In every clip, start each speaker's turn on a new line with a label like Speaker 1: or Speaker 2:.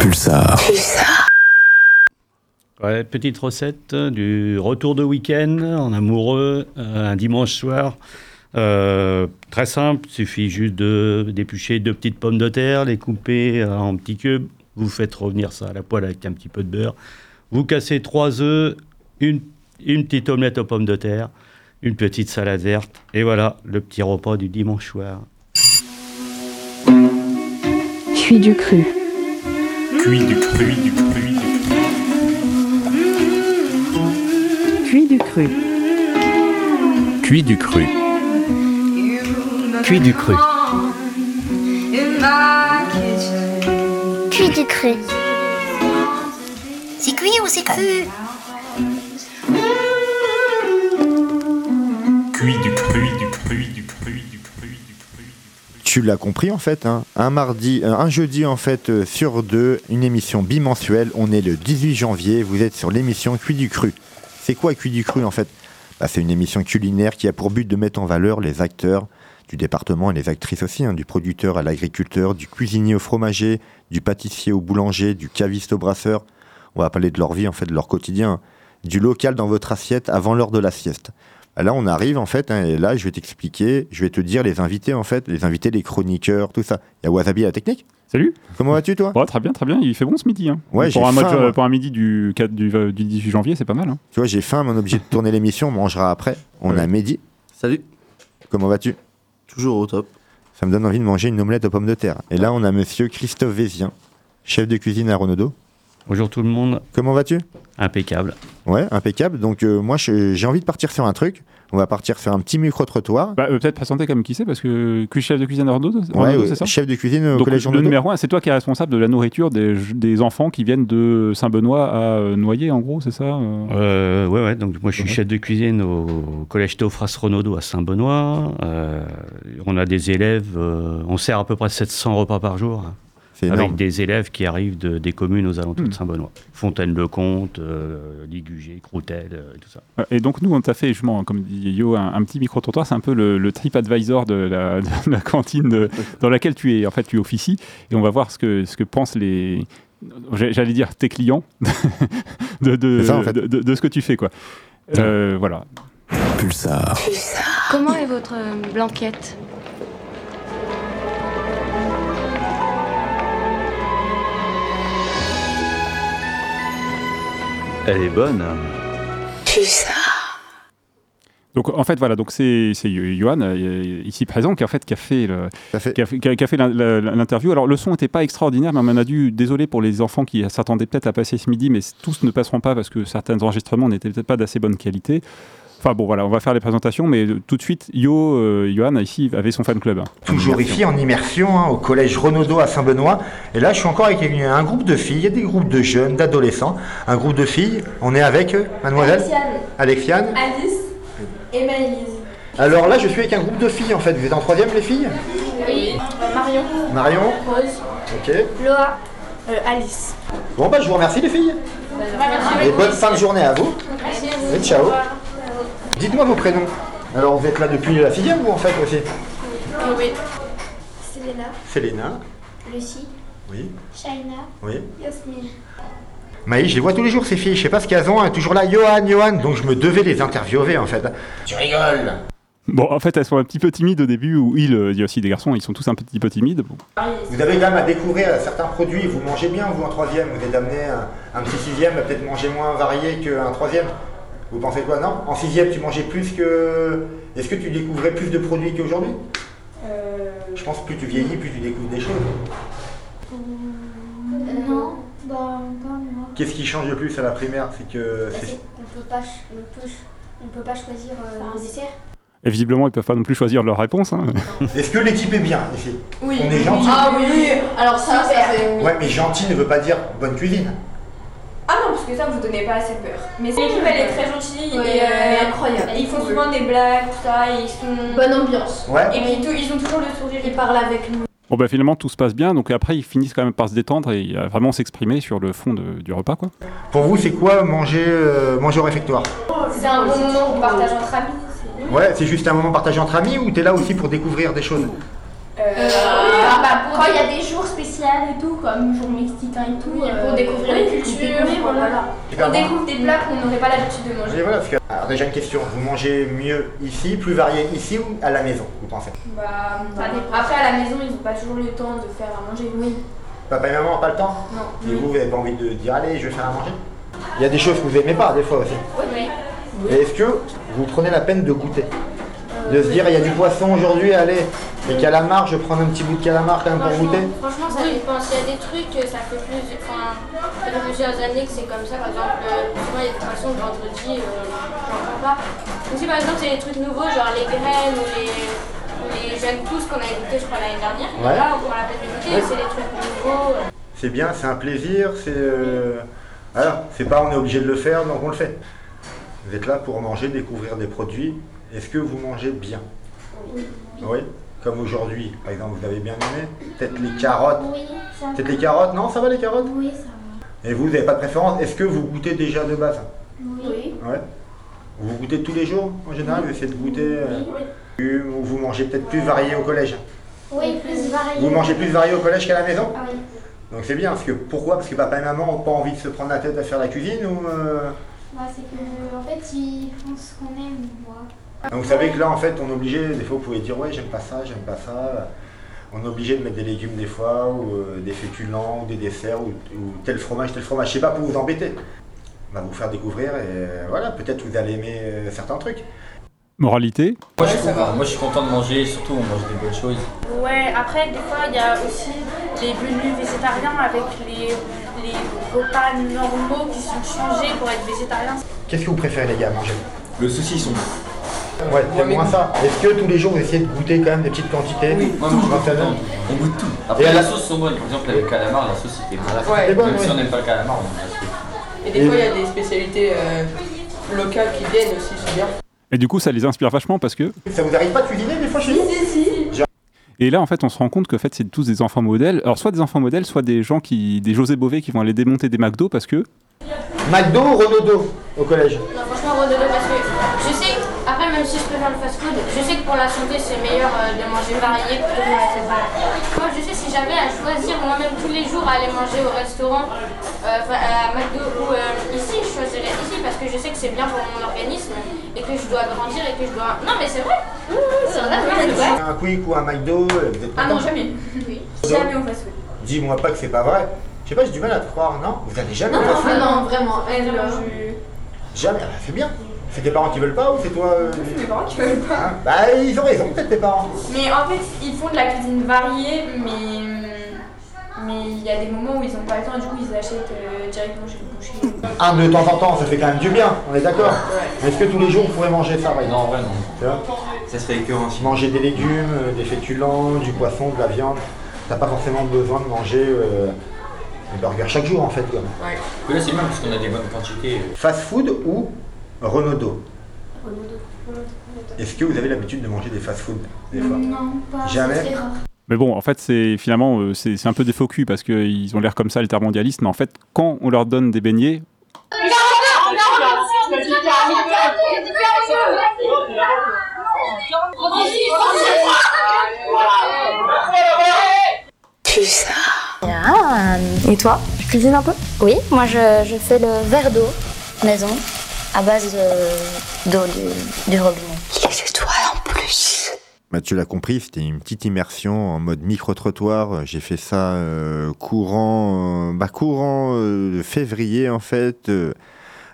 Speaker 1: Pulsar.
Speaker 2: Ouais, petite recette euh, du retour de week-end en amoureux, euh, un dimanche soir. Euh, très simple, suffit juste de d'éplucher deux petites pommes de terre, les couper euh, en petits cubes. Vous faites revenir ça à la poêle avec un petit peu de beurre. Vous cassez trois œufs, une, une petite omelette aux pommes de terre, une petite salade verte. Et voilà le petit repas du dimanche soir.
Speaker 3: Cuit du cru.
Speaker 4: Cuit du cru, du cru, du cru.
Speaker 3: Cuit du cru.
Speaker 1: Cuit du cru.
Speaker 5: Cuit du cru.
Speaker 6: Cuit du cru.
Speaker 7: C'est cuit ou c'est cru
Speaker 4: Cuit du cru, du cru, du cru, du cru, du cru.
Speaker 8: Tu l'as compris en fait, hein. un mardi, euh, un jeudi en fait euh, sur deux, une émission bimensuelle. On est le 18 janvier, vous êtes sur l'émission Cuit du Cru. C'est quoi Cuit du Cru en fait Bah, C'est une émission culinaire qui a pour but de mettre en valeur les acteurs du département et les actrices aussi, hein, du producteur à l'agriculteur, du cuisinier au fromager, du pâtissier au boulanger, du caviste au brasseur. On va parler de leur vie en fait, de leur quotidien, hein. du local dans votre assiette avant l'heure de la sieste. Bah, Là, on arrive en fait, hein, et là, je vais t'expliquer, je vais te dire les invités en fait, les invités, les chroniqueurs, tout ça. Il y a Wasabi à la technique.
Speaker 9: Salut
Speaker 8: Comment vas-tu toi
Speaker 9: Ouais, Très bien, très bien. Il fait bon ce midi. hein.
Speaker 8: Ouais,
Speaker 9: pour,
Speaker 8: j'ai
Speaker 9: un match,
Speaker 8: faim,
Speaker 9: euh,
Speaker 8: moi.
Speaker 9: pour un midi du, 4 du, euh, du 18 janvier, c'est pas mal. hein.
Speaker 8: Tu vois, j'ai faim, mon objet de tourner l'émission, on mangera après. On
Speaker 9: Ouais.
Speaker 8: a Mehdi.
Speaker 5: Salut,
Speaker 8: Comment vas-tu
Speaker 5: toujours au top.
Speaker 8: Ça me donne envie de manger une omelette aux pommes de terre. Et là, on a monsieur Christophe Vézien, chef de cuisine à Renaudot.
Speaker 2: Bonjour tout le monde,
Speaker 8: Comment vas-tu
Speaker 2: impeccable.
Speaker 8: Ouais, impeccable. Donc, euh, moi, je- j'ai envie de partir sur un truc. On va partir sur un petit micro-trottoir.
Speaker 9: Bah, euh, Peut-être présenter comme qui c'est, parce que que chef de cuisine à Renaud, c'est
Speaker 8: Ouais,
Speaker 9: Renaud,
Speaker 8: euh,
Speaker 9: c'est ça
Speaker 8: chef de cuisine au
Speaker 9: Donc,
Speaker 8: collège
Speaker 9: le
Speaker 8: Renaudot.
Speaker 9: numéro un, c'est toi qui es responsable de la nourriture des, des enfants qui viennent de Saint-Benoît à euh, Noyer, en gros, c'est ça euh
Speaker 2: Euh, ouais, ouais, donc moi je suis
Speaker 9: Ouais.
Speaker 2: chef de cuisine au collège Théophras Renaudot à Saint-Benoît. Euh, on a des élèves, euh, on sert à peu près 700 repas par jour, hein,
Speaker 8: C'est énorme.
Speaker 2: avec des élèves qui arrivent de- des communes aux alentours
Speaker 9: Hmm.
Speaker 2: de Saint-Benoît. Fontaine-le-Comte, euh, Ligugé, Croutel, euh, et tout ça.
Speaker 9: Et donc nous, on t'a fait justement, comme dit Yo, un, un petit micro-trottoir. C'est un peu le, le trip advisor de la, de la cantine de- dans laquelle tu es. En fait, tu officies et on va voir ce que, ce que pensent les... j'ai- J'allais dire tes clients de, de,
Speaker 8: C'est ça, en fait.
Speaker 9: de, de- de ce que tu fais. quoi. Euh, voilà.
Speaker 1: Pulsar.
Speaker 10: Comment est votre euh, blanquette
Speaker 11: Elle est bonne.
Speaker 9: Donc en fait, voilà, donc c'est c'est Yo- Johan, euh, ici présent, qui, en fait, qui a fait le,
Speaker 8: Ça fait-
Speaker 9: qui a fait, qui a- qui a fait l'in- la- la- l'interview. Alors le son n'était pas extraordinaire, mais on en a dû, désolé pour les enfants qui s'attendaient peut-être à passer ce midi, mais tous ne passeront pas parce que certains enregistrements n'étaient peut-être pas d'assez bonne qualité. Enfin bon, voilà, on va faire les présentations, mais euh, tout de suite, Yo, euh, Johan, ici, avait son fan club.
Speaker 12: Toujours ici en immersion hein, au collège Renaudot à Saint-Benoît. Et là, je suis encore avec une- un groupe de filles, il y a des groupes de jeunes, d'adolescents. Un groupe de filles, on est avec euh, mademoiselle Alexiane.
Speaker 10: Alice et Maëlys.
Speaker 12: Alors là, je suis avec un groupe de filles en fait. Vous êtes en troisième, les filles
Speaker 10: Oui. Marion.
Speaker 12: Marion
Speaker 10: Rose.
Speaker 12: Ok.
Speaker 10: Loa. euh, Alice.
Speaker 12: Bon, bah, je vous remercie, les filles. Et bonne fin de journée à vous. Et ciao. Dites-moi vos prénoms. Alors, vous êtes là depuis la sixième, vous en fait aussi
Speaker 10: Euh, Oui.
Speaker 6: Selena,
Speaker 12: Célina.
Speaker 6: Lucie,
Speaker 12: Oui.
Speaker 6: Shaina,
Speaker 12: Oui.
Speaker 6: Yasmine.
Speaker 12: Maï, je les vois tous les jours ces filles, je sais pas ce qu'elles ont, hein, toujours là, Johan, Johan, donc je me devais les interviewer en fait. Tu rigoles
Speaker 9: Bon, en fait, elles sont un petit peu timides au début, ou il, euh, il y a aussi des garçons, ils sont tous un petit peu timides. Bon.
Speaker 12: Vous avez quand même à découvrir euh, certains produits, vous mangez bien vous en troisième, vous êtes amené un, un petit sixième à peut-être manger moins varié qu'un troisième. Vous pensez quoi, non En sixième, tu mangeais plus que... Est-ce que tu découvrais plus de produits qu'aujourd'hui Je pense que plus tu vieillis, plus tu découvres des choses.
Speaker 6: non, bah, encore non.
Speaker 12: Qu'est-ce qui change le plus à la primaire C'est que...
Speaker 6: Bah,
Speaker 12: c'est-
Speaker 6: c'est- On peut pas, ch- on peut, ch- on peut pas choisir euh, nos desserts.
Speaker 9: Et visiblement, ils peuvent pas non plus choisir leur réponse. hein.
Speaker 12: Est-ce que l'équipe est bien ici
Speaker 10: Oui.
Speaker 12: On est gentil.
Speaker 10: Ah oui. Alors ça, ça c'est.
Speaker 12: Ouais, mais gentil ne veut pas dire bonne cuisine.
Speaker 10: Ah non, parce que ça, vous donnez pas assez peur. Mais l'équipe, elle est très gentille et euh, incroyable. Ils font souvent des blagues, tout ça, et ils sont. Bonne ambiance.
Speaker 12: Ouais.
Speaker 10: Et puis tout- ils ont toujours le sourire. Ils parlent avec nous.
Speaker 9: Bon, bah finalement, tout se passe bien, donc après, ils finissent quand même par se détendre et euh, vraiment s'exprimer sur le fond de- du repas, quoi.
Speaker 12: Pour vous, c'est quoi manger, euh, manger au réfectoire
Speaker 10: C'est un bon moment qu'on partage entre amis.
Speaker 12: Ouais, c'est juste un moment partagé entre amis ou t'es là aussi pour découvrir des choses
Speaker 10: Euh, bah,
Speaker 6: Quand il y a des jours spéciaux,
Speaker 5: spéciales et tout, comme jour mexicain et tout. euh,
Speaker 10: Oui, pour découvrir les cultures, pour- voilà. On découvre des plats qu'on n'aurait pas l'habitude de
Speaker 12: Et
Speaker 10: manger.
Speaker 12: voilà, parce que, alors déjà une question, vous mangez mieux ici, plus varié ici ou à la maison, vous pensez
Speaker 10: Bah,
Speaker 5: Ça dépend.
Speaker 10: après, à la maison, ils n'ont pas toujours le temps de faire à manger. Oui.
Speaker 12: Papa et maman, pas le temps
Speaker 10: Non.
Speaker 12: Et vous, vous n'avez pas envie de dire allez, je vais faire à manger Il y a des choses que vous n'aimez pas des fois aussi.
Speaker 10: Oui.
Speaker 12: Et Est-ce que vous prenez la peine de goûter
Speaker 10: Euh,
Speaker 12: De se dire il y a du poisson aujourd'hui, allez, des calamars, je vais prendre un petit bout de calamar quand même pour goûter
Speaker 5: Franchement, ça dépend. S'il y a des trucs, ça fait plus. Enfin, ça fait plusieurs années que c'est comme ça. Par exemple, euh, souvent, il y a des façons le vendredi, euh, j'en prends pas. Mais si par exemple, c'est des trucs nouveaux, genre les graines ou les, ou les jeunes pousses qu'on avait goûté, je crois, l'année dernière.
Speaker 12: Ouais.
Speaker 5: Là, on prend la peine de goûter,
Speaker 12: Ouais.
Speaker 5: c'est des trucs nouveaux. euh.
Speaker 12: C'est bien, c'est un plaisir, c'est. euh, Voilà, c'est pas on est obligé de le faire, donc on le fait. Vous êtes là pour manger, découvrir des produits. Est-ce que vous mangez bien Oui. Comme aujourd'hui, par exemple, vous avez bien aimé Peut-être les carottes.
Speaker 6: Oui, ça
Speaker 12: Peut-être les carottes, non Ça va les carottes
Speaker 6: Oui, ça va.
Speaker 12: Et vous, vous n'avez pas de préférence Est-ce que vous goûtez déjà de base
Speaker 6: Oui.
Speaker 12: Ouais. Vous goûtez tous les jours en général Vous essayez de goûter euh, légumes, ou Vous mangez peut-être plus varié au collège
Speaker 6: Oui, plus varié.
Speaker 12: Vous mangez plus varié au collège qu'à la maison
Speaker 6: Ah oui.
Speaker 12: Donc c'est bien, parce que pourquoi Parce que papa et maman n'ont pas envie de se prendre la tête à faire la cuisine ou euh,
Speaker 6: Bah, c'est que, en fait, ils font ce qu'on aime, moi.
Speaker 12: Donc vous savez que là en fait on est obligé, des fois vous pouvez dire ouais j'aime pas ça, j'aime pas ça. On est obligé de mettre des légumes des fois, ou euh, des féculents, ou des desserts, ou, ou tel fromage, tel fromage, je sais pas pour vous embêter. On va vous faire découvrir et euh, voilà, peut-être vous allez aimer euh, certains trucs.
Speaker 9: Moralité
Speaker 7: Moi, je suis content. Moi, je suis content de manger, surtout on mange des bonnes choses.
Speaker 11: Ouais, après, des fois, il y a aussi les menus végétariens avec les, les repas normaux qui sont changés pour être végétarien.
Speaker 12: Qu'est-ce que vous préférez les gars à manger
Speaker 7: Le saucisson.
Speaker 12: Ouais, c'est moins ça. Est-ce que tous les jours vous essayez de goûter quand même des petites quantités Oui,
Speaker 7: Moi, moi, je goûte tout. On goûte tout. Après,
Speaker 12: Et à
Speaker 7: les
Speaker 12: la-
Speaker 7: sauces sont bonnes. Par exemple, avec le calamar, la sauce était bonne.
Speaker 12: la sauce était bonne,
Speaker 7: Même si
Speaker 12: oui.
Speaker 7: on n'aime pas le calamar, on aime la sauce.
Speaker 13: Et des fois, il y a des spécialités euh, locales qui viennent aussi, c'est bien.
Speaker 9: Et du coup, ça les inspire vachement parce que.
Speaker 12: Ça vous arrive pas de cuisiner des fois chez vous
Speaker 9: Et là, en fait, on se rend compte que en fait, c'est tous des enfants modèles. Alors, soit des enfants modèles, soit des gens qui. des José Bové qui vont aller démonter des McDo parce que.
Speaker 12: McDo ou Renaudot au collège
Speaker 5: Non, franchement, Rodolo, parce que je sais, que- après, même si je préfère le fast food, je sais que pour la santé, c'est meilleur euh, de manger varié plutôt que de manger varié. Moi, je sais, si j'avais à choisir moi-même tous les jours à aller manger au restaurant, euh, enfin, à McDo ou euh, ici, je choisirais ici parce que je sais que c'est bien pour mon organisme et que je dois grandir et que je dois. Non, mais c'est vrai! C'est vrai, c'est vrai.
Speaker 12: Un quick ou un McDo, euh, vous êtes
Speaker 11: Ah non,
Speaker 12: content
Speaker 11: jamais. Oui. Jamais au fast-food.
Speaker 12: Dis-moi pas que c'est pas vrai. Je sais pas, j'ai du mal à te croire, non Vous avez jamais
Speaker 11: Non,
Speaker 12: pas
Speaker 11: non,
Speaker 12: fait
Speaker 11: non, vraiment. Euh, Elle, je...
Speaker 12: Jamais, Ah bah, c'est bien. C'est tes parents qui veulent pas ou c'est toi euh,
Speaker 11: C'est mes parents qui veulent pas.
Speaker 12: hein Bah ils ont raison, peut-être tes parents.
Speaker 11: Mais en fait, ils font de la cuisine variée, mais mais il y a des moments où ils n'ont pas le temps, et du coup, ils achètent euh, directement chez le boucher.
Speaker 12: Un Ah, de temps en temps, ça fait quand même du bien, on est d'accord. Mais Est-ce que tous les jours vous pourrez manger ça par
Speaker 7: Non, vraiment.
Speaker 12: Tu vois
Speaker 7: Ça serait écœurant.
Speaker 12: Manger des légumes, euh, des féculents, du poisson, de la viande. T'as pas forcément besoin de manger euh, des burgers chaque jour en fait. quoi.
Speaker 7: Mais là, c'est bien parce qu'on a des bonnes quantités.
Speaker 12: Fast food ou Renaudot
Speaker 6: Renaudot. Renaudot.
Speaker 12: Est-ce que vous avez l'habitude de manger des fast food des fois
Speaker 6: Non, pas.
Speaker 12: Jamais
Speaker 6: c'est rare.
Speaker 9: Mais bon, en fait, c'est finalement, euh, c'est c'est un peu des faux culs parce qu'ils ont l'air comme ça, altermondialistes. Mais en fait, quand on leur donne des beignets,
Speaker 14: Plus ça. Et toi Tu cuisines un peu Oui, moi je, je fais le verre d'eau maison à base de- d'eau du, du robinet. Il est chez toi en plus.
Speaker 8: Bah, tu l'as compris, c'était une petite immersion en mode micro-trottoir. Euh, J'ai fait ça euh, courant, euh, bah, courant euh, de février en fait, euh,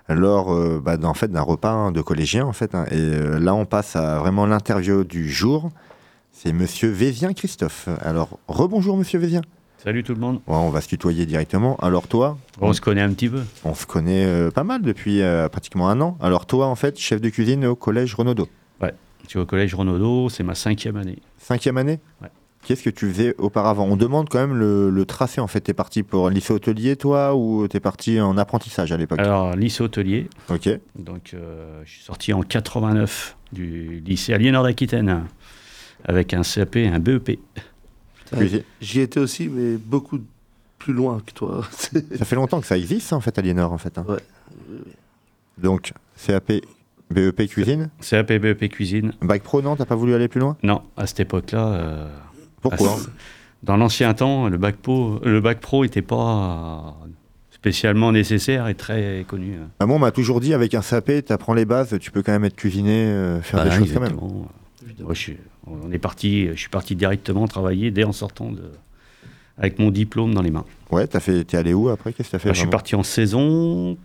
Speaker 8: lors euh, bah, d'un- en fait, d'un repas hein, de collégiens en fait. hein. Et euh, là, on passe à vraiment l'interview du jour. C'est Monsieur Vézien Christophe. Alors, rebonjour Monsieur Vézien.
Speaker 2: Salut tout le monde.
Speaker 8: Ouais, on va se tutoyer directement. Alors toi
Speaker 2: On se connaît un petit peu.
Speaker 8: On se connaît euh, pas mal depuis euh, pratiquement un an. Alors toi, en fait, chef de cuisine au collège Renaudot.
Speaker 2: Ouais, je suis au collège Renaudot, c'est ma cinquième année.
Speaker 8: Cinquième année
Speaker 2: Ouais.
Speaker 8: Qu'est-ce que tu faisais auparavant On demande quand même le, le tracé. En fait, t'es parti pour un lycée hôtelier, toi, ou t'es parti en apprentissage à
Speaker 15: Euh.
Speaker 8: l'époque
Speaker 2: Alors, lycée hôtelier.
Speaker 8: Ok.
Speaker 2: Donc, euh, je suis sorti en 89 du lycée Aliénor d'Aquitaine hein, avec un CAP et un E BEP.
Speaker 8: Cuisi-
Speaker 15: J'y étais aussi, mais beaucoup plus loin que toi.
Speaker 8: Ça fait longtemps que ça existe, en fait, Aliénor, en fait. hein. Donc, CAP, BEP E cuisine
Speaker 2: CAP, BEP E cuisine.
Speaker 8: Hum. Bac pro, non T'as pas voulu aller plus loin
Speaker 2: Non, à cette époque-là. euh,
Speaker 15: Ah,
Speaker 8: Pourquoi
Speaker 2: à ce- dans l'ancien temps, le bac, po- le bac pro n'était pas euh, spécialement nécessaire et très connu. hein.
Speaker 8: Ah bon, on m'a toujours dit avec un sapé, t'apprends les bases, tu peux quand même être cuisiné, euh, faire
Speaker 2: Bah,
Speaker 8: des choses quand même.
Speaker 2: exactement. Moi, je suis- on est parti, je suis parti directement travailler dès en sortant de, avec mon diplôme dans les mains.
Speaker 8: Ouais, t'as fait, t'es allé où après Qu'est-ce que t'as fait
Speaker 2: Alors, Bah, je suis
Speaker 8: vraiment
Speaker 2: parti en saison,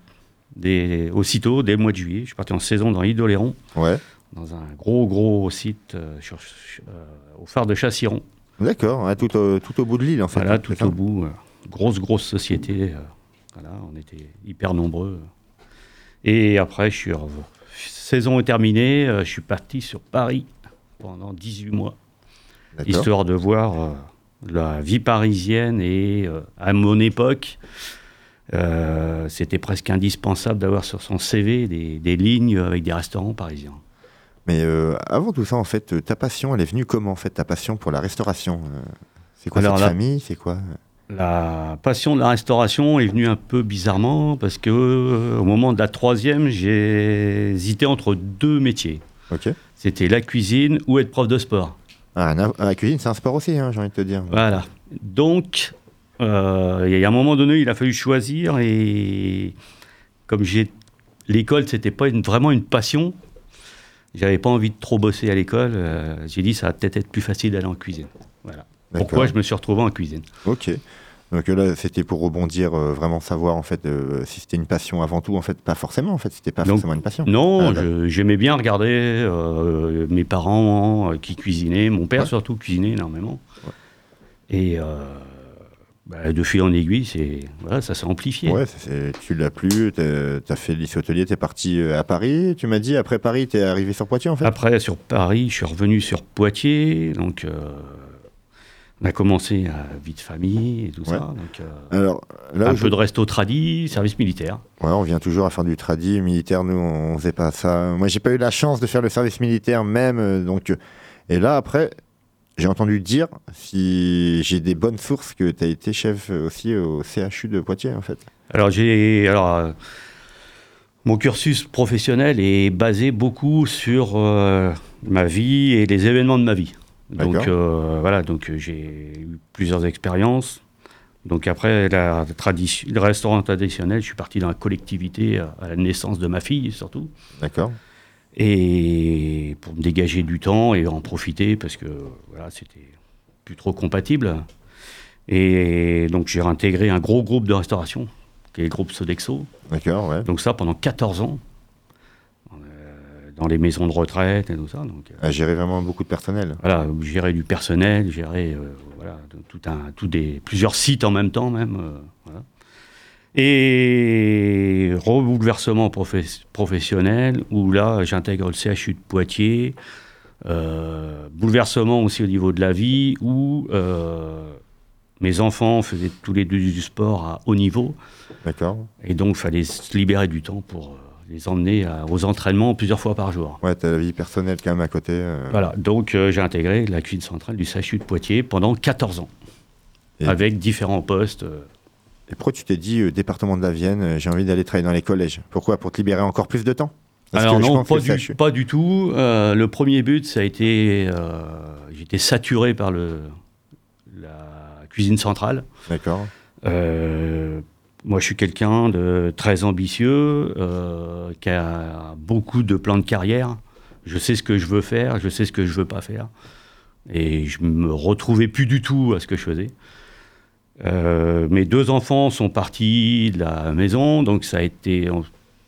Speaker 2: des, aussitôt, dès le mois de juillet. Je suis parti en saison dans l'île d'Oléron,
Speaker 8: Ouais.
Speaker 2: dans un gros, gros site euh, sur- sur- euh, au phare de Chassiron.
Speaker 8: D'accord, hein, tout, au, tout au bout de l'île en fait.
Speaker 2: Voilà,
Speaker 8: hein,
Speaker 2: tout
Speaker 8: c'est ça
Speaker 2: au bout. euh, Grosse, grosse société. euh, voilà, on était hyper nombreux. Et après, je suis. rev- Saison est terminée, euh, je suis parti sur Paris pendant 18 mois.
Speaker 8: D'accord.
Speaker 2: Histoire de voir euh, la vie parisienne et euh, à mon époque. euh, c'était presque indispensable d'avoir sur son CV des, des lignes avec des restaurants parisiens.
Speaker 8: Mais euh, avant tout ça, en fait, euh, ta passion, elle est venue comment en fait Ta passion pour la restauration euh, C'est quoi
Speaker 2: Alors
Speaker 8: cette
Speaker 2: là-
Speaker 8: famille C'est quoi
Speaker 2: La passion de la restauration est venue un peu bizarrement parce que euh, au moment de la troisième, j'ai hésité entre deux métiers.
Speaker 8: Ok.
Speaker 2: C'était la cuisine ou être prof de sport.
Speaker 8: Ah, na- la cuisine, c'est un sport aussi, hein, j'ai envie de te dire.
Speaker 2: Voilà. Donc, euh, il y a un moment donné, il a fallu choisir et comme j'ai l'école, c'était pas une- vraiment une passion. J'avais pas envie de trop bosser à l'école. euh, j'ai dit, ça va peut-être être plus facile d'aller en cuisine. Voilà.
Speaker 8: D'accord.
Speaker 2: Pourquoi je me suis retrouvé en cuisine
Speaker 8: Ok. Donc euh, là, c'était pour rebondir, euh, vraiment savoir en fait euh, si c'était une passion avant tout. En fait, pas forcément. En fait, c'était pas
Speaker 2: Donc,
Speaker 8: forcément une passion.
Speaker 2: Non,
Speaker 8: Ah, bah,
Speaker 2: je- j'aimais bien regarder euh, mes parents euh, qui cuisinaient, mon père surtout cuisinait énormément. Et euh, bah, de fil en aiguille, c'est voilà, ça s'est amplifié.
Speaker 8: Ouais, ça, c'est- tu l'as plus. t'as- T'as fait le lycée hôtelier. T'es parti euh, à Paris. Tu m'as dit après Paris, t'es arrivé sur Poitiers en fait.
Speaker 2: Après, sur Paris, je suis revenu sur Poitiers, donc euh, on a commencé à vie de famille et tout
Speaker 8: Ouais.
Speaker 2: ça. Donc, euh,
Speaker 8: Alors là,
Speaker 2: un
Speaker 8: où je-
Speaker 2: peu de resto tradit, service militaire.
Speaker 8: Ouais, on vient toujours à faire du tradit militaire. Nous, on faisait pas ça. Moi, j'ai pas eu la chance de faire le service militaire même. euh, Donc, euh, et là après, j'ai entendu dire, si j'ai des bonnes sources, que t'as été chef euh, aussi au CHU de Poitiers en fait.
Speaker 2: Alors j'ai alors euh, mon cursus professionnel est basé beaucoup sur euh, ma vie et les événements de ma vie.
Speaker 8: D'accord.
Speaker 2: Donc euh, voilà, donc euh, j'ai eu plusieurs expériences. Donc après la tradition, le restaurant traditionnel, je suis parti dans la collectivité euh, à à la naissance de ma fille surtout,
Speaker 8: D'accord.
Speaker 2: et pour me dégager du temps et en profiter parce que voilà c'était plus trop compatible. Et donc j'ai intégré un gros groupe de restauration qui est le groupe Sodexo.
Speaker 8: D'accord, ouais.
Speaker 2: Donc ça pendant 14 ans, euh, dans les maisons de retraite et tout ça. Donc euh,
Speaker 8: À gérer vraiment beaucoup de personnel.
Speaker 2: voilà, gérer du personnel, gérer euh, voilà, de- tout un, tout des, plusieurs sites en même temps même. euh, voilà. Et rebouleversement professe- professionnel, où là j'intègre le CHU de Poitiers, euh, bouleversement aussi au niveau de la vie, où euh, mes enfants faisaient tous les deux du sport à haut niveau.
Speaker 8: D'accord.
Speaker 2: Et donc, il fallait se libérer du temps pour euh, les emmener à- aux entraînements plusieurs fois par jour.
Speaker 8: Ouais, t'as la vie personnelle quand même à côté. euh.
Speaker 2: Voilà, donc euh, j'ai intégré la cuisine centrale du CHU de Poitiers pendant 14 ans,
Speaker 8: Et-
Speaker 2: avec différents postes. euh,
Speaker 8: Et pourquoi tu t'es dit, euh, département de la Vienne, euh, j'ai envie d'aller travailler dans les collèges Pourquoi Pour te libérer encore plus de temps Parce
Speaker 2: Alors
Speaker 8: que je
Speaker 2: non,
Speaker 8: pense
Speaker 2: pas
Speaker 8: que le
Speaker 2: du,
Speaker 8: CHU
Speaker 2: pas du tout. Euh, le premier but, ça a été, euh, j'étais saturé par le, la cuisine centrale.
Speaker 8: D'accord.
Speaker 2: Euh, moi, je suis quelqu'un de très ambitieux, euh, qui a beaucoup de plans de carrière. Je sais ce que je veux faire, je sais ce que je veux pas faire, et je me retrouvais plus du tout à ce que je faisais. Euh, mes deux enfants sont partis de la maison, donc ça a été. on-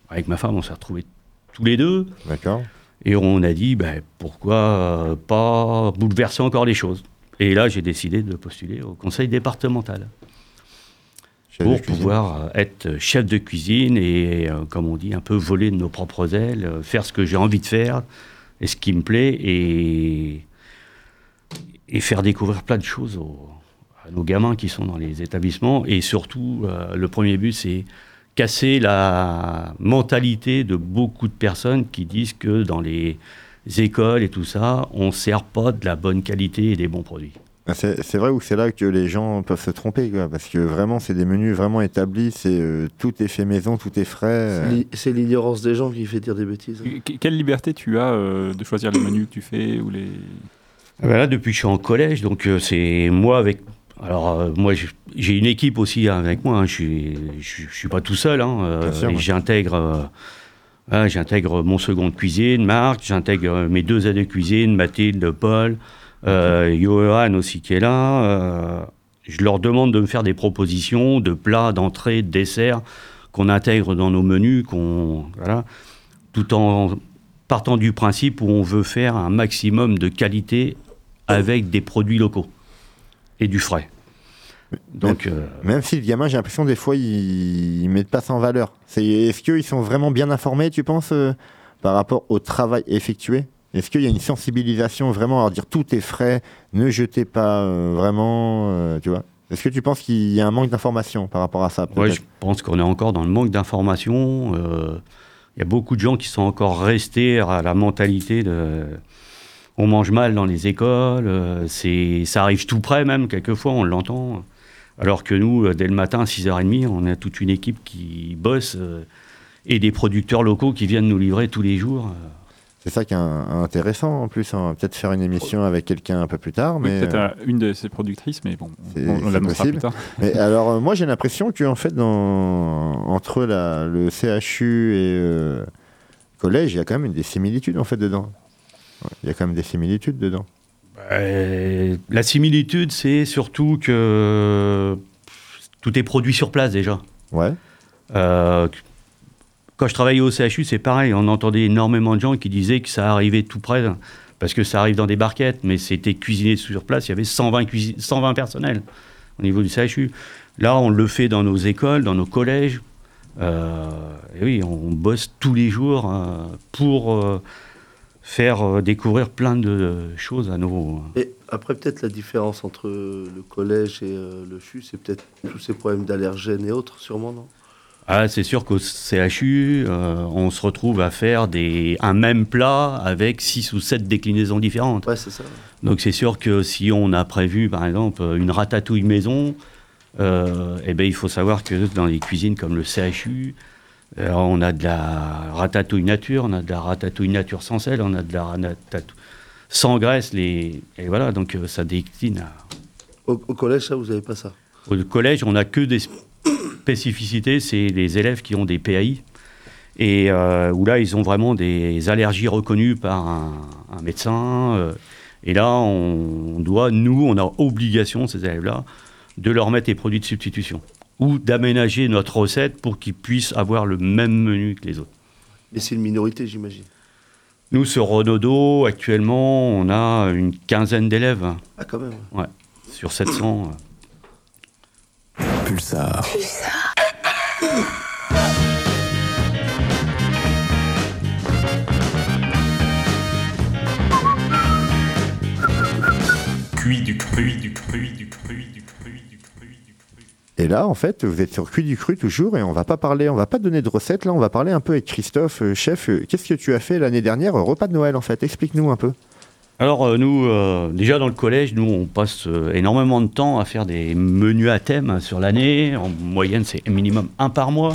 Speaker 2: avec ma femme, on s'est retrouvés tous les deux.
Speaker 8: D'accord.
Speaker 2: Et on a dit, ben, pourquoi euh, pas bouleverser encore les choses Et là, j'ai décidé de postuler au conseil départemental
Speaker 8: Chef de
Speaker 2: pour
Speaker 8: cuisine.
Speaker 2: pouvoir euh, être chef de cuisine et, euh, comme on dit, un peu voler de nos propres ailes, euh, faire ce que j'ai envie de faire et ce qui me plaît et, et faire découvrir plein de choses aux- à nos gamins qui sont dans les établissements. Et surtout, euh, le premier but, c'est casser la mentalité de beaucoup de personnes qui disent que dans les écoles et tout ça, on ne sert pas de la bonne qualité et des bons produits.
Speaker 8: Ah, C'est c'est vrai ou c'est là que les gens peuvent se tromper, quoi, parce que vraiment, c'est des menus vraiment établis, c'est euh, tout est fait maison, tout est frais. euh.
Speaker 15: Li- C'est l'ignorance des gens qui fait dire des bêtises.
Speaker 9: Que- Quelle liberté tu as euh, de choisir les menus que tu fais ou les...
Speaker 2: Ah ben là, depuis que je suis en collège, donc euh, c'est moi avec. Alors, euh, moi, je- j'ai une équipe aussi avec moi. hein, je suis, je, suis- je suis pas tout seul. hein, euh,
Speaker 8: Bien sûr,
Speaker 2: et
Speaker 8: ouais.
Speaker 2: J'intègre. euh, voilà, j'intègre mon second de cuisine, Marc. J'intègre euh, mes deux aides de cuisine, Mathilde, Paul, euh, Johan aussi qui est là. euh, je leur demande de me faire des propositions de plats, d'entrées, de desserts qu'on intègre dans nos menus, qu'on voilà, tout en partant du principe où on veut faire un maximum de qualité avec des produits locaux et du frais. Donc, euh,
Speaker 8: Même si le gamin, j'ai l'impression des fois, ils ne mettent pas ça en valeur. C'est- Est-ce qu'ils sont vraiment bien informés, tu penses, euh, par rapport au travail effectué Est-ce qu'il y a une sensibilisation vraiment à dire tout est frais, ne jetez pas euh, vraiment, euh, tu vois Est-ce que tu penses qu'il y a un manque d'information par rapport à ça
Speaker 2: Ouais,
Speaker 8: peut-être
Speaker 2: je pense qu'on est encore dans le manque d'informations. Euh, Il y a beaucoup de gens qui sont encore restés à la mentalité de. On mange mal dans les écoles, euh, c'est, ça arrive tout près même, quelquefois on l'entend. Alors que nous, euh, dès le matin, 6h30, on a toute une équipe qui bosse euh, et des producteurs locaux qui viennent nous livrer tous les jours. euh,
Speaker 8: C'est ça qui est un- intéressant en plus. On va peut-être faire une émission avec quelqu'un un peu plus tard.
Speaker 9: Oui,
Speaker 8: mais
Speaker 9: peut-être
Speaker 8: euh,
Speaker 9: à une de ses productrices, mais bon, on-
Speaker 8: C'est-
Speaker 9: on,
Speaker 8: c'est
Speaker 9: l'annoncera plus
Speaker 8: possible.
Speaker 9: tard.
Speaker 8: Mais alors, euh, moi, j'ai l'impression que en fait, dans, entre la, le CHU et euh, collège, il y a quand même des similitudes en fait dedans. Ouais, Il y a quand même des similitudes dedans.
Speaker 2: Euh, la similitude, c'est surtout que tout est produit sur place déjà. Euh,
Speaker 8: Ouais.
Speaker 2: quand je travaillais au CHU, c'est pareil. On entendait énormément de gens qui disaient que ça arrivait tout près, parce que ça arrive dans des barquettes, mais c'était cuisiné sur place. Il y avait 120, cuisi- 120 personnels au niveau du CHU. Là, on le fait dans nos écoles, dans nos collèges. Euh, et oui, on bosse tous les jours euh, pour euh, faire euh, découvrir plein de euh, choses à nos,
Speaker 15: Et après, peut-être la différence entre le collège et euh, le CHU, c'est peut-être tous ces problèmes d'allergènes et autres, sûrement, non
Speaker 2: Ah, c'est sûr qu'au CHU, euh, on se retrouve à faire des, un même plat avec 6 ou 7 déclinaisons différentes.
Speaker 15: Ouais, c'est ça.
Speaker 2: Donc c'est sûr que si on a prévu, par exemple, une ratatouille maison, euh, eh ben, il faut savoir que dans les cuisines comme le CHU, euh, on a de la ratatouille nature, on a de la ratatouille nature sans sel, on a de la ratatouille sans graisse. Les... Et voilà, donc euh, ça décline à...
Speaker 15: Au, au collège, ça, vous n'avez pas ça.
Speaker 2: Au collège, on n'a que des spécificités, c'est les élèves qui ont des PAI, et euh, où là, ils ont vraiment des allergies reconnues par un, un médecin. euh, et là, on doit, nous, on a obligation, ces élèves-là, de leur mettre des produits de substitution, ou d'aménager notre recette pour qu'ils puissent avoir le même menu que les autres.
Speaker 15: Mais c'est une minorité, j'imagine.
Speaker 2: Nous, sur Renaudot, actuellement, on a une quinzaine d'élèves.
Speaker 15: Ah, quand même.
Speaker 2: Ouais, sur 700. Pulsar.
Speaker 4: Cuit du cru, du cru, du cru, du cru, du cru.
Speaker 8: Et là, en fait, vous êtes sur Cuit du Cru toujours et on va pas parler, on va pas donner de recettes là, on va parler un peu avec Christophe, euh, chef. euh, Qu'est-ce que tu as fait l'année dernière au repas de Noël en fait Explique-nous un peu.
Speaker 2: Alors euh, nous, euh, déjà dans le collège, nous on passe euh, énormément de temps à faire des menus à thème hein, sur l'année. En moyenne, c'est minimum un par mois.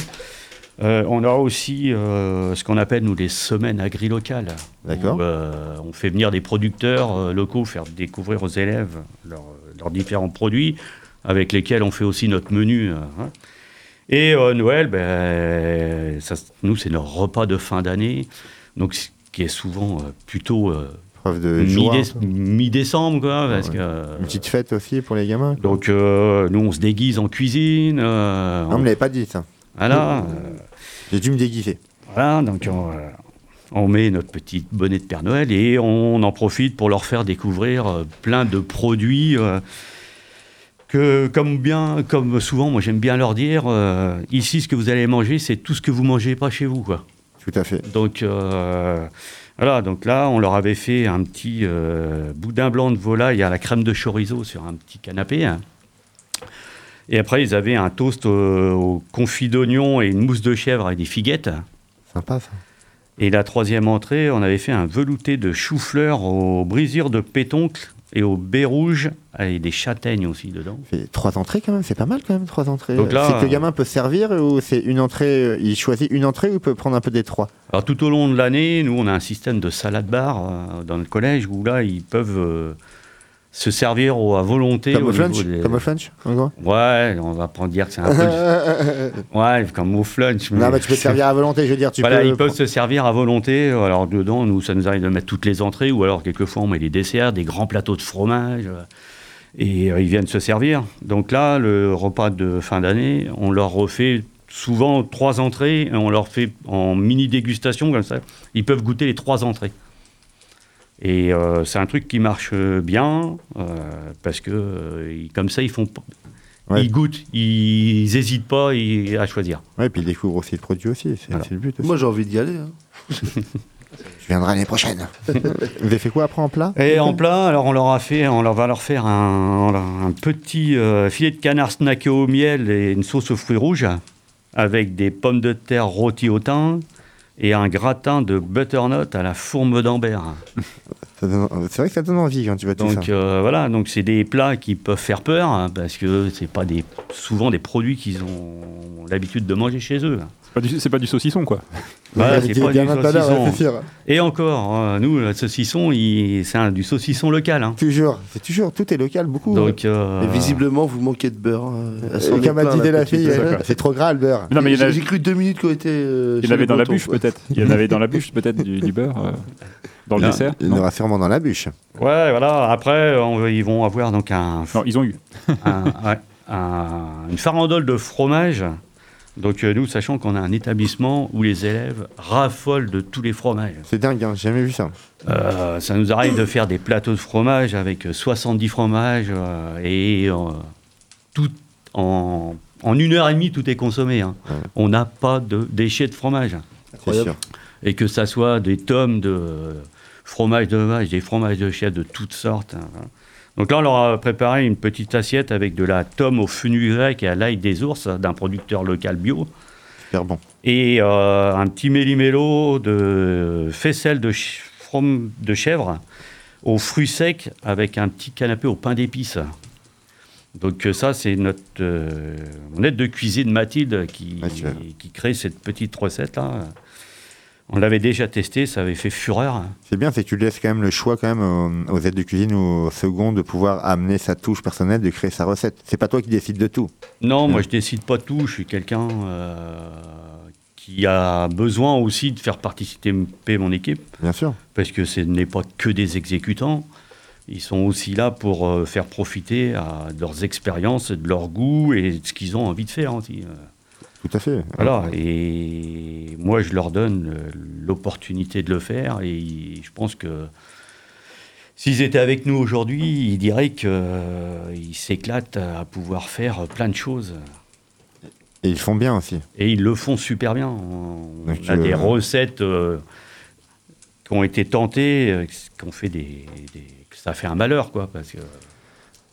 Speaker 2: Euh, on a aussi euh, ce qu'on appelle nous les semaines agri-locales.
Speaker 8: D'accord.
Speaker 2: où, euh, on fait venir des producteurs euh, locaux faire découvrir aux élèves leurs, leurs différents produits, avec lesquels on fait aussi notre menu. euh, hein. Et euh, Noël, ben, ça, nous, c'est notre repas de fin d'année, donc ce qui est souvent euh, plutôt euh,
Speaker 8: de joie,
Speaker 2: mi-déce- mi-décembre, quoi, parce que
Speaker 8: Une petite fête aussi pour les gamins. quoi.
Speaker 2: donc euh, nous, on se déguise en cuisine. euh,
Speaker 8: Non, euh,
Speaker 2: on-
Speaker 8: vous l'avez pas dit ça.
Speaker 2: Voilà.
Speaker 8: J'ai dû me déguiser.
Speaker 2: Voilà, donc on, euh, on met notre petit bonnet de Père Noël et on en profite pour leur faire découvrir euh, plein de produits. euh, que, comme, bien, comme souvent, moi j'aime bien leur dire, euh, ici ce que vous allez manger, c'est tout ce que vous mangez pas chez vous. Quoi.
Speaker 8: Tout à fait.
Speaker 2: Donc euh, voilà, donc là on leur avait fait un petit euh, boudin blanc de volaille à la crème de chorizo sur un petit canapé. hein. Et après, ils avaient un toast euh, au confit d'oignon et une mousse de chèvre avec des figuettes.
Speaker 8: Sympa ça.
Speaker 2: Et la troisième entrée, on avait fait un velouté de chou-fleur au brisure de pétoncle et au baie rouge et des châtaignes aussi dedans.
Speaker 8: C'est trois entrées quand même, c'est pas mal quand même, trois entrées.
Speaker 2: Donc là,
Speaker 8: c'est que le
Speaker 2: euh,
Speaker 8: gamin peut servir ou c'est une entrée, euh, il choisit une entrée ou il peut prendre un peu des trois
Speaker 2: Alors tout au long de l'année, nous on a un système de salade bar euh, dans le collège où là ils peuvent euh, se servir au- à volonté.
Speaker 8: Comme
Speaker 2: au
Speaker 8: au
Speaker 2: niveau
Speaker 8: flunch
Speaker 2: des-
Speaker 8: Comme au flunch en gros
Speaker 2: Ouais, on va pas dire que c'est un peu.
Speaker 15: Euh,
Speaker 2: Ouais, comme au flunch.
Speaker 8: Non, mais tu peux te servir à volonté, je veux dire. Tu
Speaker 2: voilà,
Speaker 8: peux...
Speaker 2: ils peuvent se servir à volonté. Alors dedans, nous, ça nous arrive de mettre toutes les entrées, ou alors quelquefois on met des desserts, des grands plateaux de fromage, euh, et euh, ils viennent se servir. Donc là, le repas de fin d'année, on leur refait souvent trois entrées, et on leur fait en mini dégustation comme ça. Ils peuvent goûter les trois entrées. Et euh, c'est un truc qui marche euh, bien euh, parce que euh, ils- comme ça ils font, p-
Speaker 8: Ouais.
Speaker 2: ils goûtent, ils hésitent pas ils- à choisir.
Speaker 8: Ouais, puis ils découvrent aussi le produit aussi. C'est c'est le but. aussi.
Speaker 15: Moi, j'ai envie d'y aller. hein.
Speaker 8: Tu viendras l'année prochaine. Vous avez fait quoi après en plat
Speaker 2: Et en plat, alors on leur a fait, on leur va leur faire un, un petit euh, filet de canard snacké au miel et une sauce aux fruits rouges avec des pommes de terre rôties au thym et un gratin de butternut à la fourme d'Ambert.
Speaker 8: Ça donne- C'est vrai que ça donne envie quand tu vois tout
Speaker 2: Donc
Speaker 8: ça.
Speaker 2: euh, voilà, donc c'est des plats qui peuvent faire peur hein, parce que c'est pas des souvent des produits qu'ils ont l'habitude de manger chez eux.
Speaker 9: C'est pas, du- c'est pas du saucisson, quoi.
Speaker 2: Voilà,
Speaker 9: Ouais,
Speaker 2: c'est
Speaker 9: il y a
Speaker 2: pas
Speaker 9: bien
Speaker 2: du
Speaker 9: un talent,
Speaker 2: saucisson.
Speaker 9: ouais, c'est sûr.
Speaker 2: Et encore, euh, nous le saucisson, il- c'est un- du saucisson local. hein.
Speaker 8: Toujours, c'est toujours, tout est local, beaucoup.
Speaker 2: Donc, euh,
Speaker 15: Et visiblement, vous manquez de beurre. hein. Elle s'en
Speaker 8: Et
Speaker 15: est
Speaker 8: comme a
Speaker 15: plein,
Speaker 8: dit la
Speaker 15: petite.
Speaker 8: fille, euh, c'est trop gras le beurre.
Speaker 9: Non, mais il y en a-
Speaker 15: J'ai cru deux minutes qu'on était. euh,
Speaker 9: Il y
Speaker 15: chez
Speaker 9: en avait
Speaker 15: les
Speaker 9: dans la
Speaker 15: Bretons,
Speaker 9: bûche,
Speaker 15: quoi.
Speaker 9: peut-être. Il y en avait dans la bûche, peut-être, du, du beurre. euh, dans le
Speaker 2: Non,
Speaker 9: dessert.
Speaker 8: Il y en aura sûrement dans la bûche.
Speaker 2: Ouais, voilà. Après, on- ils vont avoir donc un.
Speaker 9: Non, ils ont eu.
Speaker 2: un- ouais, un- une farandole de fromage. Donc, euh, nous, sachant qu'on a un établissement où les élèves raffolent de tous les fromages.
Speaker 8: C'est dingue, hein, j'ai jamais vu ça.
Speaker 2: Euh, ça nous arrive de faire des plateaux de fromage avec euh, 70 fromages euh, et euh, tout en, en une heure et demie, tout est consommé. hein. On n'a pas de déchets de fromage.
Speaker 8: Incroyable.
Speaker 2: Et que ça soit des tomes de fromage de vache, des fromages de chèvre de toutes sortes. hein, voilà. Donc là, on leur a préparé une petite assiette avec de la tome au fenu grec et à l'ail des ours d'un producteur local bio.
Speaker 8: Super bon.
Speaker 2: Et euh, un petit méli-mélo de faisselle de, ch- from- de chèvre aux fruits secs avec un petit canapé au pain d'épices. Donc euh, ça, c'est notre euh, mon aide de cuisine Mathilde qui, qui crée cette petite recette-là. On l'avait déjà testée, ça avait fait fureur. hein.
Speaker 8: C'est bien, c'est que tu laisses quand même le choix quand même aux, aux aides de cuisine ou aux secondes de pouvoir amener sa touche personnelle, de créer sa recette. C'est pas toi qui décides de tout.
Speaker 2: Non, moi je décide pas tout. Je suis quelqu'un euh, qui a besoin aussi de faire participer mon équipe.
Speaker 8: Bien sûr.
Speaker 2: Parce que ce n'est pas que des exécutants. Ils sont aussi là pour euh, faire profiter à, de leurs expériences, de leur goût et de ce qu'ils ont envie de faire aussi. euh.
Speaker 8: Tout à fait.
Speaker 2: Voilà, et moi je leur donne euh, l'opportunité de le faire et ils- je pense que s'ils étaient avec nous aujourd'hui, ils diraient qu'ils s'éclatent à pouvoir faire plein de choses.
Speaker 8: Et ils font bien aussi.
Speaker 2: Et ils le font super bien. On
Speaker 8: Donc,
Speaker 2: a
Speaker 8: euh,
Speaker 2: des recettes euh, qui ont été tentées, euh, qu'on fait des, des- que ça fait un malheur, quoi, parce que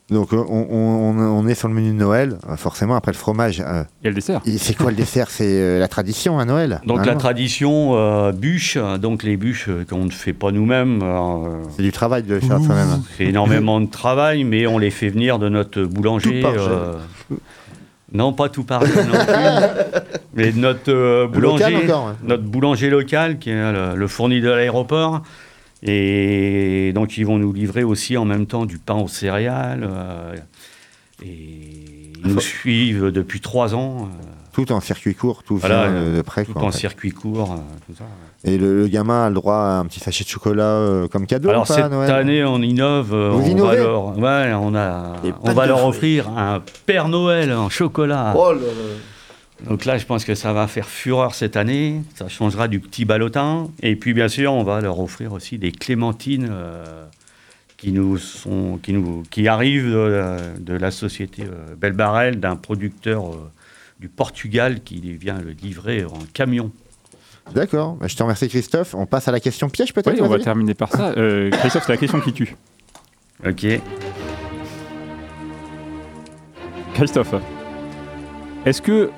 Speaker 8: Donc euh, on, on- on- on est sur le menu de Noël, euh, forcément après le fromage. euh,
Speaker 9: Il y a le dessert.
Speaker 8: et c'est quoi le dessert C'est euh, la tradition à Noël.
Speaker 2: Donc
Speaker 8: hein,
Speaker 2: la
Speaker 8: non
Speaker 2: tradition euh, bûche, donc les bûches euh, qu'on ne fait pas nous-mêmes. euh,
Speaker 8: C'est du travail de les faire soi-même.
Speaker 2: C'est énormément de travail, mais on les fait venir de notre boulanger. euh,
Speaker 8: Tout par gel.
Speaker 2: non, pas tout par gel non plus, mais de notre euh, boulanger,
Speaker 8: Local encore, hein.
Speaker 2: notre boulanger local qui est le, le fourni de l'aéroport. Et donc ils vont nous livrer aussi en même temps du pain aux céréales. euh, et ils nous suivent depuis trois ans. euh,
Speaker 8: Tout en circuit court, tout
Speaker 2: voilà,
Speaker 8: vient, euh,
Speaker 2: euh,
Speaker 8: de près.
Speaker 2: tout
Speaker 8: quoi,
Speaker 2: en
Speaker 8: fait.
Speaker 2: circuit court, euh, tout ça.
Speaker 8: Et le, le gamin a le droit à un petit sachet de chocolat euh, comme cadeau
Speaker 2: Alors
Speaker 8: ou pas,
Speaker 2: cette
Speaker 8: à Noël
Speaker 2: année, on innove. euh,
Speaker 8: Vous
Speaker 2: on va
Speaker 8: innovez
Speaker 2: leur, ouais, on a, on
Speaker 8: pâtes
Speaker 2: va
Speaker 8: de
Speaker 2: leur
Speaker 8: fruits.
Speaker 2: offrir un Père Noël en chocolat.
Speaker 15: Oh là là.
Speaker 2: Donc là, je pense que ça va faire fureur cette année. Ça changera du petit ballotin. Et puis, bien sûr, on va leur offrir aussi des clémentines euh, qui nous sont, qui nous, qui arrivent de la, de la société euh, Belle Barrel, d'un producteur euh, du Portugal qui vient le livrer en camion.
Speaker 8: D'accord, Bah, je te remercie Christophe. On passe à la question piège peut-être
Speaker 9: Oui, on va
Speaker 8: Valérie
Speaker 9: terminer par ça. Euh, Christophe, c'est la question qui tue.
Speaker 2: Ok.
Speaker 9: Christophe, est-ce que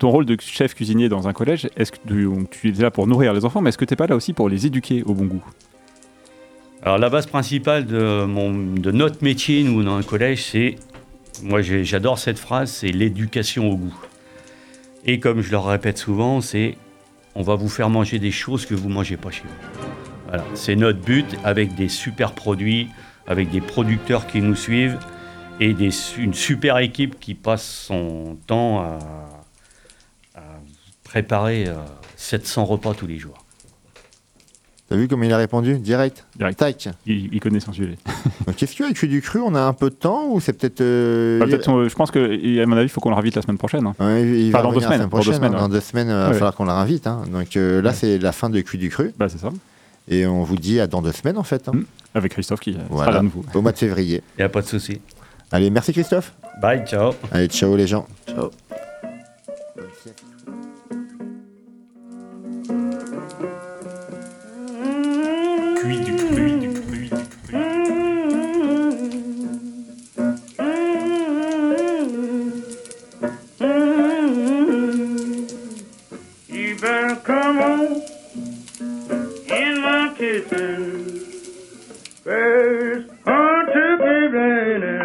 Speaker 9: ton rôle de chef cuisinier dans un collège, est-ce que tu, on- tu es là pour nourrir les enfants, mais est-ce que tu n'es pas là aussi pour les éduquer au bon goût
Speaker 2: Alors la base principale de, mon, de notre métier, nous, dans un collège, c'est, moi j'ai- j'adore cette phrase, c'est l'éducation au goût. Et comme je le répète souvent, c'est on va vous faire manger des choses que vous mangez pas chez vous. Voilà, c'est notre but avec des super produits, avec des producteurs qui nous suivent et des, une super équipe qui passe son temps à, à préparer euh, 700 repas tous les jours.
Speaker 8: T'as vu comme il a répondu Direct
Speaker 9: Direct.
Speaker 8: Tac.
Speaker 9: Il, il connaît son sujet.
Speaker 8: Donc, Qu'est-ce que tu as avec du cru On a un peu de temps ou c'est peut-être. euh,
Speaker 9: Bah, peut-être, euh, je pense que, et à mon avis, il faut qu'on le ravite la semaine prochaine. hein.
Speaker 8: Ouais, il- il
Speaker 9: Enfin,
Speaker 8: va
Speaker 9: dans deux
Speaker 8: revenir la
Speaker 9: semaines.
Speaker 8: semaine prochaine, hein,
Speaker 9: ouais.
Speaker 8: Dans deux semaines, il va
Speaker 9: Ouais.
Speaker 8: falloir qu'on la invite. hein. Donc euh, là,
Speaker 9: Ouais.
Speaker 8: c'est la fin de Cui du Cru.
Speaker 9: Bah, c'est ça.
Speaker 8: Et on vous dit à dans deux semaines, en fait. hein.
Speaker 9: Avec Christophe qui euh,
Speaker 8: Voilà,
Speaker 9: Hmm. sera là à nouveau.
Speaker 8: au mois de février.
Speaker 2: Il n'y a pas de souci.
Speaker 8: Allez, merci Christophe.
Speaker 2: Bye, ciao.
Speaker 8: Allez, ciao les gens.
Speaker 15: Ciao.
Speaker 4: Cuit du cru, du cru, du cru.
Speaker 16: You better come on in my kitchen. There's hard to be raining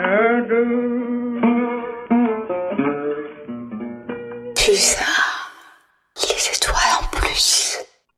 Speaker 16: outdoors.
Speaker 14: Plus ça.